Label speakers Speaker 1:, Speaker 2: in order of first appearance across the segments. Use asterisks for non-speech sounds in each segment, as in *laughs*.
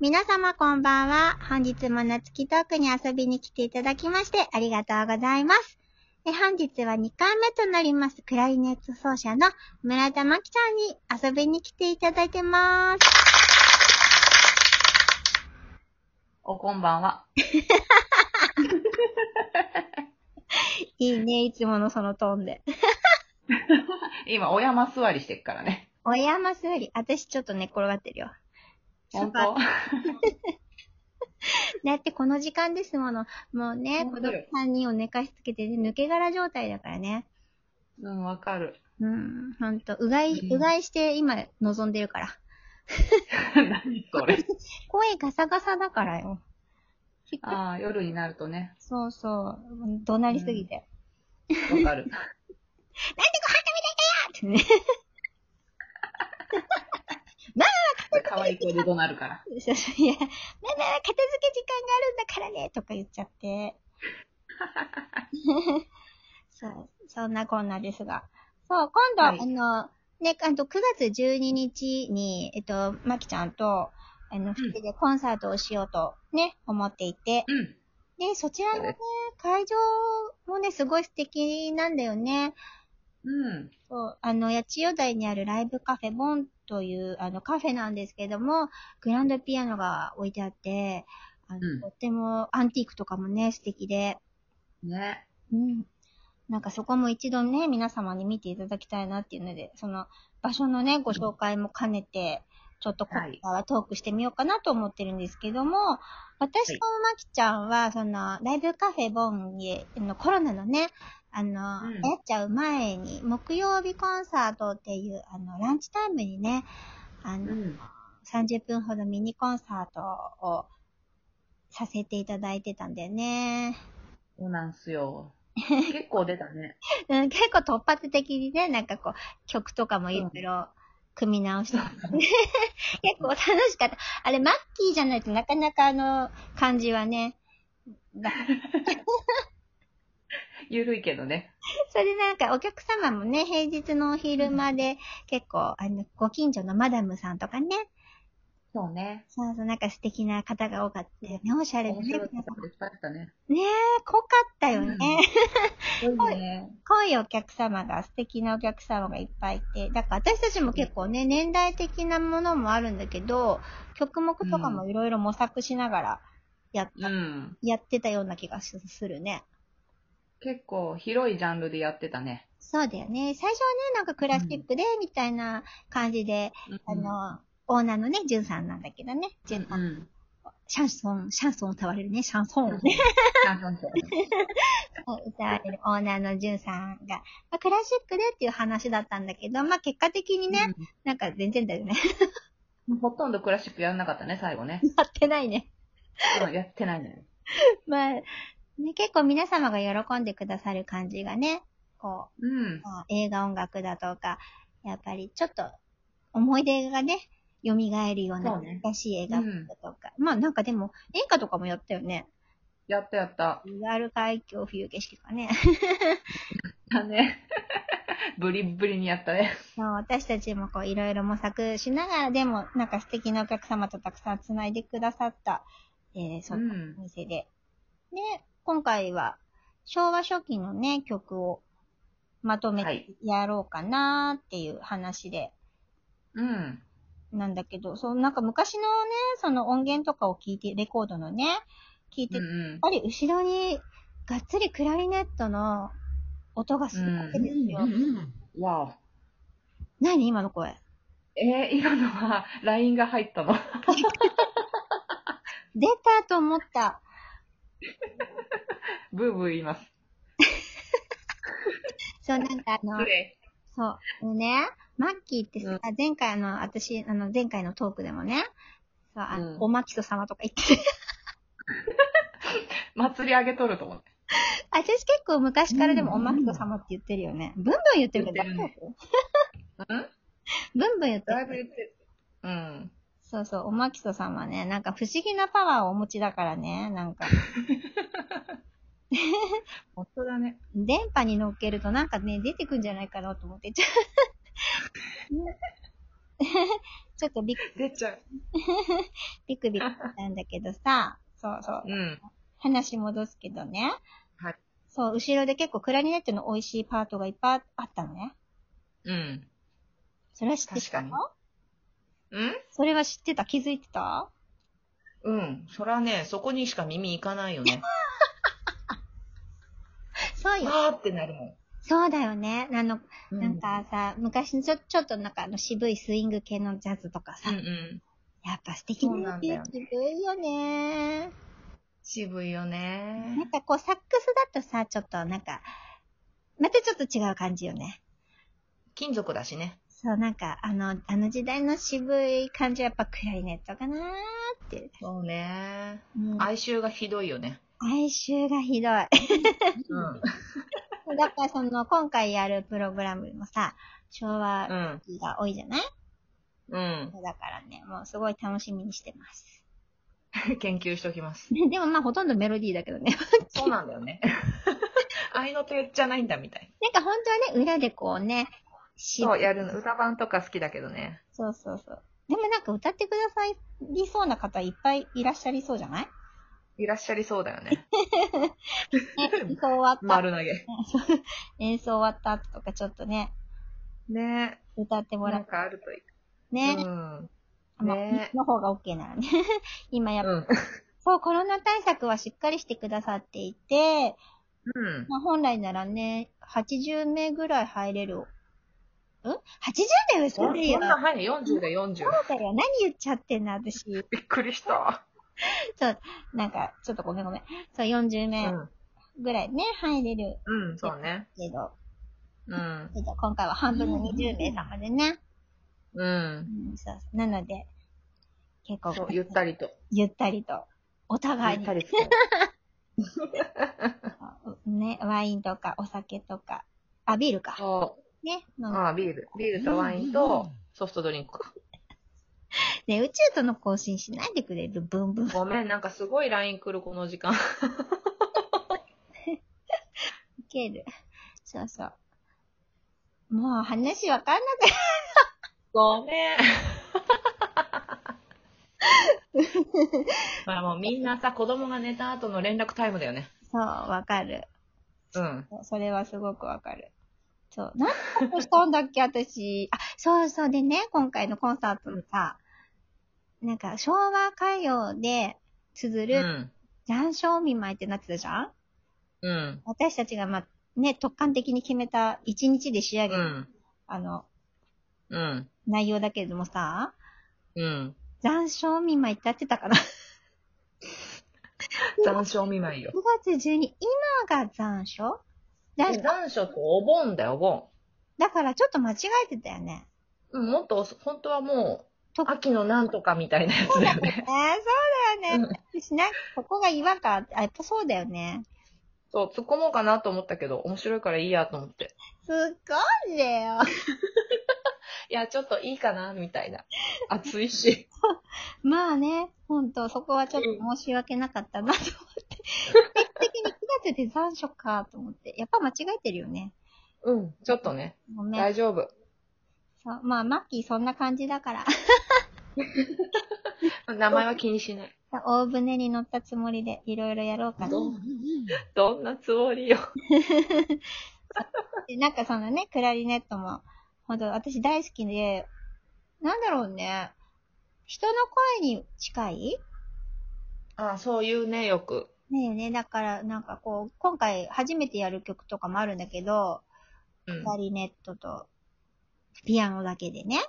Speaker 1: 皆様こんばんは。本日も夏木トークに遊びに来ていただきましてありがとうございます。え本日は2回目となります、クラリネット奏者の村田真希さんに遊びに来ていただいてます。
Speaker 2: おこんばんは。
Speaker 1: いいね、いつものそのトーンで。
Speaker 2: 今、お山座りしてっからね。
Speaker 1: お山すより、私ちょっと寝っ転がってるよ。
Speaker 2: 本
Speaker 1: ソ
Speaker 2: 当
Speaker 1: ファーだってこの時間ですもの。もうね、子
Speaker 2: 本当
Speaker 1: 供
Speaker 2: よ
Speaker 1: さんにお寝かしつけて、抜け殻状態だからね。
Speaker 2: うん、わかる。
Speaker 1: うん、ほんと、うがい、
Speaker 2: うん
Speaker 1: うがいして今望んでるから。
Speaker 2: 何それ。
Speaker 1: 声ガサガサだからよ。ひっくり
Speaker 2: ああ、夜になるとね、
Speaker 1: そうそう、怒鳴りすぎて。
Speaker 2: わかる。
Speaker 1: ってね。
Speaker 2: 可愛い子で怒鳴るから。
Speaker 1: そうそういや、ママ、片付け時間があるんだからね、とか言っちゃ
Speaker 2: *laughs*
Speaker 1: って。そう、そんなこんなですが。そう、今度、
Speaker 2: はい
Speaker 1: あの、ね、あと9月12日に、えっと、まきちゃんと、あの、二人でコンサートをしようとね、思っていて。
Speaker 2: うん。
Speaker 1: で、そちらの
Speaker 2: そう
Speaker 1: ね
Speaker 2: で、
Speaker 1: 会場もね、すごい素敵なんだよね。
Speaker 2: うん。
Speaker 1: そう、あの、八千代台にあるライブカフェボンという、あの、カフェなんですけども、グランドピアノが置いてあって、あの、
Speaker 2: うん
Speaker 1: とってもアンティークとかもね、素敵で、
Speaker 2: ね。
Speaker 1: うん。なんかそこも一度ね、皆様に見ていただきたいなっていうので、その場所のね、ご紹介も兼ねて、ちょっと今回はトークしてみようかなと思ってるんですけども、私とまきちゃんは、その、ライブカフェボンに、あのコロナのね、あの、
Speaker 2: うん
Speaker 1: 流行っちゃう前に、木曜日コンサートっていう、あの、ランチタイムにね、あ
Speaker 2: う
Speaker 1: の、
Speaker 2: ん。
Speaker 1: 30分ほどミニコンサートをさせていただいてたんだよね。
Speaker 2: そうなんすよ。結構出たね。
Speaker 1: うん、結構突発的にね、なんかこう、曲とかもいろいろ組み直して、結構楽しかった。あれ、マッキーじゃないとなかなかあの、感じはね、だ
Speaker 2: ゆるいけどね。
Speaker 1: それでなんかお客様もね、平日のお昼間で結構、あの、ご近所のマダムさんとかね、
Speaker 2: そうね。
Speaker 1: そうそう、なんか素敵な方が多かったよね、おしゃれでね。
Speaker 2: 面白い
Speaker 1: 皆さ
Speaker 2: こといっぱいあったね。
Speaker 1: んねえ、濃かったよね。
Speaker 2: そういうね。
Speaker 1: 濃いお客様が、素敵なお客様がいっぱいいて、だから私たちも結構ね、年代的なものもあるんだけど、曲目とかもいろいろ模索しながらやっ
Speaker 2: う
Speaker 1: た、
Speaker 2: ん。
Speaker 1: やってたような気がすするね。
Speaker 2: 結構広いジャンルでやってたね。
Speaker 1: そうだよね。最初はね、なんかクラシックで、みたいな感じで、
Speaker 2: うん
Speaker 1: あの、オーナーのね、ジュンさんなんだけどね。ジュンさ。
Speaker 2: うんん。
Speaker 1: シャンソン、シャンソンを歌われるね、シャンソンをね。
Speaker 2: ちゃんと見て
Speaker 1: 歌われるオーナーのジュンさんが、まあ、クラシックでっていう話だったんだけど、まあ結果的にね、なんか全然だよね。 *laughs*
Speaker 2: うんほとんどクラシックやらなかったね、最後ね。
Speaker 1: やってないね。
Speaker 2: うん、やってないのよ。
Speaker 1: まあ、ね、結構皆様が喜んでくださる感じがね、こ
Speaker 2: うん
Speaker 1: う、。まあ映画音楽だとか、やっぱりちょっと思い出がね、蘇るよう
Speaker 2: そ
Speaker 1: な
Speaker 2: うね
Speaker 1: 難しい映画だとか、まあなんかでも演歌とかもやったよね。
Speaker 2: やったやった。
Speaker 1: 津軽海峡冬景色とかね。
Speaker 2: だね。 *laughs* ブリッブリにやったね。
Speaker 1: まあ私たちもこういろいろ模索しながらでもなんか素敵なお客様とたくさんつないでくださった、えー、そんなお店で。で、今回は昭和初期のね、曲をまとめ
Speaker 2: は
Speaker 1: て
Speaker 2: い
Speaker 1: やろうかなっていう話で、
Speaker 2: うん。
Speaker 1: なんだけど、そうなんか昔のね、その音源とかを聞いて、レコードのね、聞いて、
Speaker 2: う
Speaker 1: やっ
Speaker 2: ん
Speaker 1: ぱり後ろにがっつりクラリネットの音がするわけですよ。
Speaker 2: うん。わ
Speaker 1: 何今の声。
Speaker 2: お。えー、今のは、LINE が入ったの。
Speaker 1: 出たと思った。
Speaker 2: ブーブー言います。
Speaker 1: そう、なんかあの
Speaker 2: 失、礼。
Speaker 1: そう。あのね、マッキーってさ、
Speaker 2: う
Speaker 1: 前回あの、私、あの、前回のトークでもね、そう、あの、
Speaker 2: うん
Speaker 1: おまきそ様とか言ってて、
Speaker 2: 祭り上げとると思って。
Speaker 1: *laughs* 私結構昔からでも
Speaker 2: う
Speaker 1: お
Speaker 2: ん
Speaker 1: まきそ様って言ってるよね。ブンブン言ってるけど、
Speaker 2: 言ってる
Speaker 1: 大
Speaker 2: ね
Speaker 1: 丈夫
Speaker 2: うん
Speaker 1: ブンブン言って
Speaker 2: だい
Speaker 1: る。
Speaker 2: ぶ言ってたうん。
Speaker 1: そうそう、おまきそ様ね、なんか不思議なパワーをお持ちだからね、なんか、
Speaker 2: 本当だね。
Speaker 1: 電波に乗っけると
Speaker 2: *laughs*
Speaker 1: なんかね、出てくんじゃないかなと思って、ちょねちょっとビク
Speaker 2: 出ちゃう。
Speaker 1: ビクビクなんだけどさ、そうそう。
Speaker 2: うん。
Speaker 1: 話戻すけどね。
Speaker 2: はい。
Speaker 1: そう、後ろで結構クラリネットの美味しいパートがいっぱいあったのね。
Speaker 2: うん。
Speaker 1: それは知ってた
Speaker 2: 確かうん
Speaker 1: それは知ってた気づいてた
Speaker 2: うん。そらね、そこにしか耳いかないよね。
Speaker 1: そうよ。
Speaker 2: わーってなるもん。
Speaker 1: そうだよね。あの、
Speaker 2: う
Speaker 1: なん、かさ、昔のちょちょっとなんかあの渋いスイング系のジャズとか
Speaker 2: う
Speaker 1: さ、
Speaker 2: んうん。
Speaker 1: やっぱ素敵な
Speaker 2: そ
Speaker 1: 渋
Speaker 2: うなんだ
Speaker 1: いよね。
Speaker 2: 渋いよ
Speaker 1: なん
Speaker 2: ね。
Speaker 1: かこうサックスだとさ、ちょっとなんか、またちょっと違う感じよね。
Speaker 2: 金属だしね。
Speaker 1: そう、なんかあの、あの時代の渋い感じはやっぱクラリネットかなーって。
Speaker 2: そうね。
Speaker 1: うん、
Speaker 2: 哀愁がひどいよね。
Speaker 1: 哀愁がひどい。 *laughs*
Speaker 2: うん。
Speaker 1: だからその、今回やるプログラムもさ、昭
Speaker 2: う
Speaker 1: 和
Speaker 2: ん。
Speaker 1: が多いじゃない、
Speaker 2: うん。
Speaker 1: だからね、もうすごい楽しみにしてます。
Speaker 2: *laughs*
Speaker 1: *laughs*
Speaker 2: 研究しときます。
Speaker 1: でもまあほとんどメロディーだけどね。 *laughs*
Speaker 2: そうなんだよね。 *laughs* 愛の手じゃないんだみたい。
Speaker 1: なんか本当はね、裏でこうね、し
Speaker 2: そう、やるの。歌版とか好きだけどね。
Speaker 1: そうそうそう。でもなんか歌ってくださりそうな方いっぱいいらっしゃりそうじゃない
Speaker 2: いらっしゃりそうだよ *laughs* ね。
Speaker 1: 演奏終わった、
Speaker 2: 丸投げ。
Speaker 1: 演奏終わった後とかちょっとね、
Speaker 2: ね
Speaker 1: 歌ってもら
Speaker 2: な
Speaker 1: っ
Speaker 2: んかあるとい
Speaker 1: て
Speaker 2: い。
Speaker 1: ね。
Speaker 2: うん。
Speaker 1: まあ
Speaker 2: ね
Speaker 1: の方が OK ならね。 *laughs* 今やっぱ、
Speaker 2: うん。
Speaker 1: そう、コロナ対策はしっかりしてくださっていて、
Speaker 2: うん。
Speaker 1: まあ、本来ならね、80名ぐらい入れる。ん ?80 名は
Speaker 2: そ
Speaker 1: それ
Speaker 2: ん
Speaker 1: よ。
Speaker 2: な、はい、40だ、40。
Speaker 1: そうだよ。何言っちゃってんの私。
Speaker 2: びっくりした。
Speaker 1: なんか、ちょっとごめんごめん。そう、40
Speaker 2: う
Speaker 1: 名
Speaker 2: ん。
Speaker 1: ぐらいね、入れる
Speaker 2: うん、そうね。
Speaker 1: けど、
Speaker 2: うん。
Speaker 1: ちょっと今回は半分の20名様でね。
Speaker 2: うん。
Speaker 1: うん、そうそうなので、結構
Speaker 2: そう、ゆったりと。
Speaker 1: ゆったりと、お互い
Speaker 2: ゆ
Speaker 1: に
Speaker 2: った、りと。
Speaker 1: ね、ワインとかお酒とか、あ、ビールか。
Speaker 2: そ
Speaker 1: ね、飲
Speaker 2: う。
Speaker 1: んで
Speaker 2: ああ、ビール。ビールとワインとソフトドリンクか。
Speaker 1: ね、宇宙との更新しないでくれる、ブンブン。
Speaker 2: ごめん、なんかすごい LINE 来る、この時間。
Speaker 1: いける。そうそう。もう話わかんなく
Speaker 2: *laughs* ごめん。 *laughs* まあもうみんなさ、子供が寝た後の連絡タイムだよね。
Speaker 1: そう、わかる。
Speaker 2: うん。
Speaker 1: それはすごくわかる。そう。なんでここしたんだっけ、私。あ、そうそう。でね、今回のコンサートもさ、なんか昭和歌謡で綴
Speaker 2: う
Speaker 1: る
Speaker 2: ん。
Speaker 1: 残暑お見舞いってなってたじゃん
Speaker 2: うん。
Speaker 1: 私たちがまあ、ね、特感的に決めた一日で仕上げ
Speaker 2: う
Speaker 1: る、
Speaker 2: ん。
Speaker 1: あの、
Speaker 2: うん。
Speaker 1: 内容だけれどもさ、
Speaker 2: うん。
Speaker 1: 残暑お見舞いってやってたかな *laughs*
Speaker 2: 残暑お見舞いよ。
Speaker 1: 9月12日、今が残暑残
Speaker 2: で
Speaker 1: 暑
Speaker 2: 残暑とお盆だよ、お盆。
Speaker 1: だからちょっと間違えてたよね。
Speaker 2: うん、もっと遅、本当はもう
Speaker 1: と、
Speaker 2: 秋のなんとかみたいなやつだ
Speaker 1: えー、そ
Speaker 2: よ *laughs* ね。
Speaker 1: うだよね
Speaker 2: う。
Speaker 1: 私なんか、ここが違和感あって、あやっぱそうだよね。
Speaker 2: そう、突っ込もうかなと思ったけど、面白いからいいやと思って。
Speaker 1: すっごいだよ。
Speaker 2: いや、ちょっといいかな、みたいな。暑いし。
Speaker 1: まあね、ほんと、そこはちょっと申し訳なかったなと思って。定期的に9月で残暑かと思って。やっぱ間違えてるよね。
Speaker 2: *laughs* うん、ちょっとね。
Speaker 1: ごめん。
Speaker 2: 大丈夫。
Speaker 1: そうまあ、マッキーそんな感じだから。
Speaker 2: 名前は気にしない。
Speaker 1: 大船に乗ったつもりでいろいろやろうかな。
Speaker 2: どんどんなつもりよ。
Speaker 1: でなんかそのね、クラリネットも、ほんと私大好きで、なんだろうね、人の声に近い
Speaker 2: あそういうね、よく。
Speaker 1: だよね。だから、なんかこう、今回初めてやる曲とかもあるんだけど、
Speaker 2: うん
Speaker 1: クラリネットとピアノだけでね、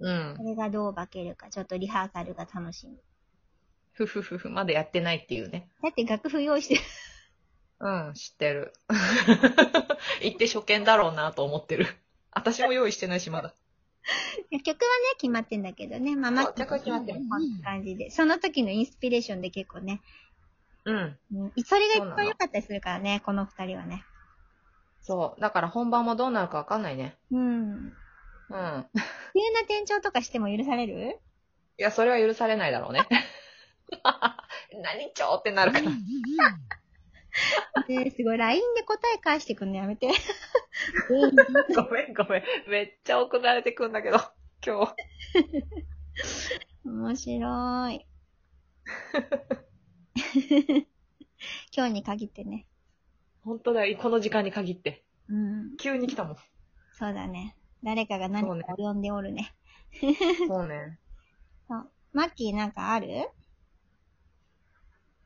Speaker 2: うん
Speaker 1: こ。れがどう化けるか、ちょっとリハーサルが楽しみ。
Speaker 2: ふふふふ、まだやってないっていうね。
Speaker 1: だって楽譜用意してる。
Speaker 2: うん、知ってる。 *laughs* 行って初見だろうなと思ってる。私も用意してないし、まだ。
Speaker 1: 曲はね、決まってんだけどね、まあ、ま
Speaker 2: そう曲は決まってる
Speaker 1: こんな感じで。その時のインスピレーションで結構ね、
Speaker 2: うん。
Speaker 1: うん、それが一
Speaker 2: そうなの
Speaker 1: 番良かったりするからね、この二人はね。
Speaker 2: そう。だから本番もどうなるかわかんないね。
Speaker 1: うん。
Speaker 2: うん。
Speaker 1: 急な転調とかしても許される *laughs*
Speaker 2: いや、それは許されないだろうね。 *laughs* 何ちょーってなるから。
Speaker 1: ねすごい、LINE で答え返してくんのやめて。
Speaker 2: ごめんごめん。めっちゃ送られてくんだけど。今日。
Speaker 1: 面白 *laughs* い。今日に限ってね。
Speaker 2: 本当だよ、この時間に限って。
Speaker 1: うん。
Speaker 2: 急に来たもん。
Speaker 1: そうだね。誰かが何かを呼んでおるね。
Speaker 2: そうね。
Speaker 1: マッキーなんかある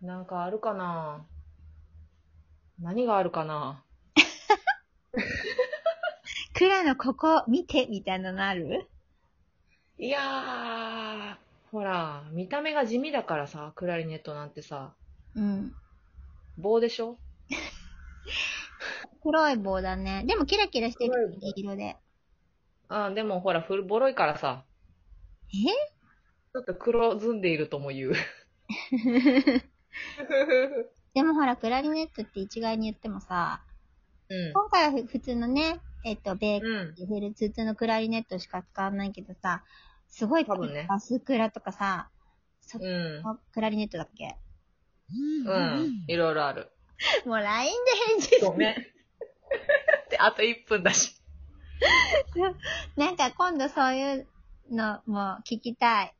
Speaker 2: なんかあるかな何があるかな
Speaker 1: クラのここ見てみたいなのある
Speaker 2: いやー、ほら、見た目が地味だからさ、クラリネットなんてさ、
Speaker 1: うん。
Speaker 2: 棒でしょ
Speaker 1: 黒い棒だね。でもキラキラしてる
Speaker 2: 黒い棒
Speaker 1: 色で。
Speaker 2: あーでもほら、古ボロいからさ、
Speaker 1: え
Speaker 2: ちょっと黒ずんでいるとも *laughs* 言う。
Speaker 1: でもほら、クラリネットって一概に言ってもさ、
Speaker 2: うん。
Speaker 1: 今回はふ普通のね、えっと、ベー
Speaker 2: うん。
Speaker 1: フル、普通のクラリネットしか使わないけどさ、すごい、
Speaker 2: 多分ね
Speaker 1: バスクラとかさ、そ
Speaker 2: うん。
Speaker 1: クラリネットだっけ
Speaker 2: うん。いろいろある。
Speaker 1: もう LINE で返事
Speaker 2: ごめん。 *laughs* で、あと1分だし。
Speaker 1: なんか今度そういうのも聞きたい。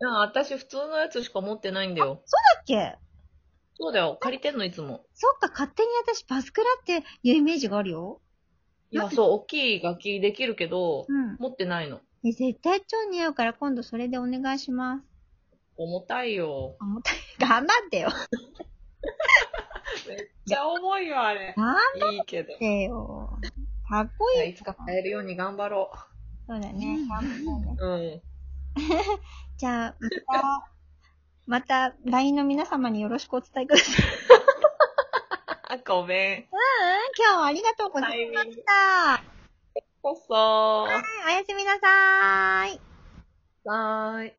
Speaker 2: うん、私普通のやつしか持ってないんだよ。
Speaker 1: だっけ
Speaker 2: そうだよ。借りてんの、いつも。
Speaker 1: そっか、勝手に私バスクラっていうイメージがあるよ。
Speaker 2: いや、そう、大きい楽器できるけど、
Speaker 1: うん。
Speaker 2: 持ってないの。
Speaker 1: え絶対超似合うから今度それでお願いします。
Speaker 2: 重たいよ。
Speaker 1: あもたい頑張ってよ。
Speaker 2: じゃあ重いよ、あれ。
Speaker 1: 頑張
Speaker 2: いいけど。
Speaker 1: ってよ。かっこいい。
Speaker 2: いつか買えるように頑張ろ
Speaker 1: そうだね。頑張ってね。
Speaker 2: う。うん。
Speaker 1: じゃあ、また、また LINE の皆様によろしくお伝えください。うん、
Speaker 2: *laughs* ごめ
Speaker 1: 今日はありがとうございました。
Speaker 2: ん。こそー。
Speaker 1: はいおやすみなさーい。
Speaker 2: はーい。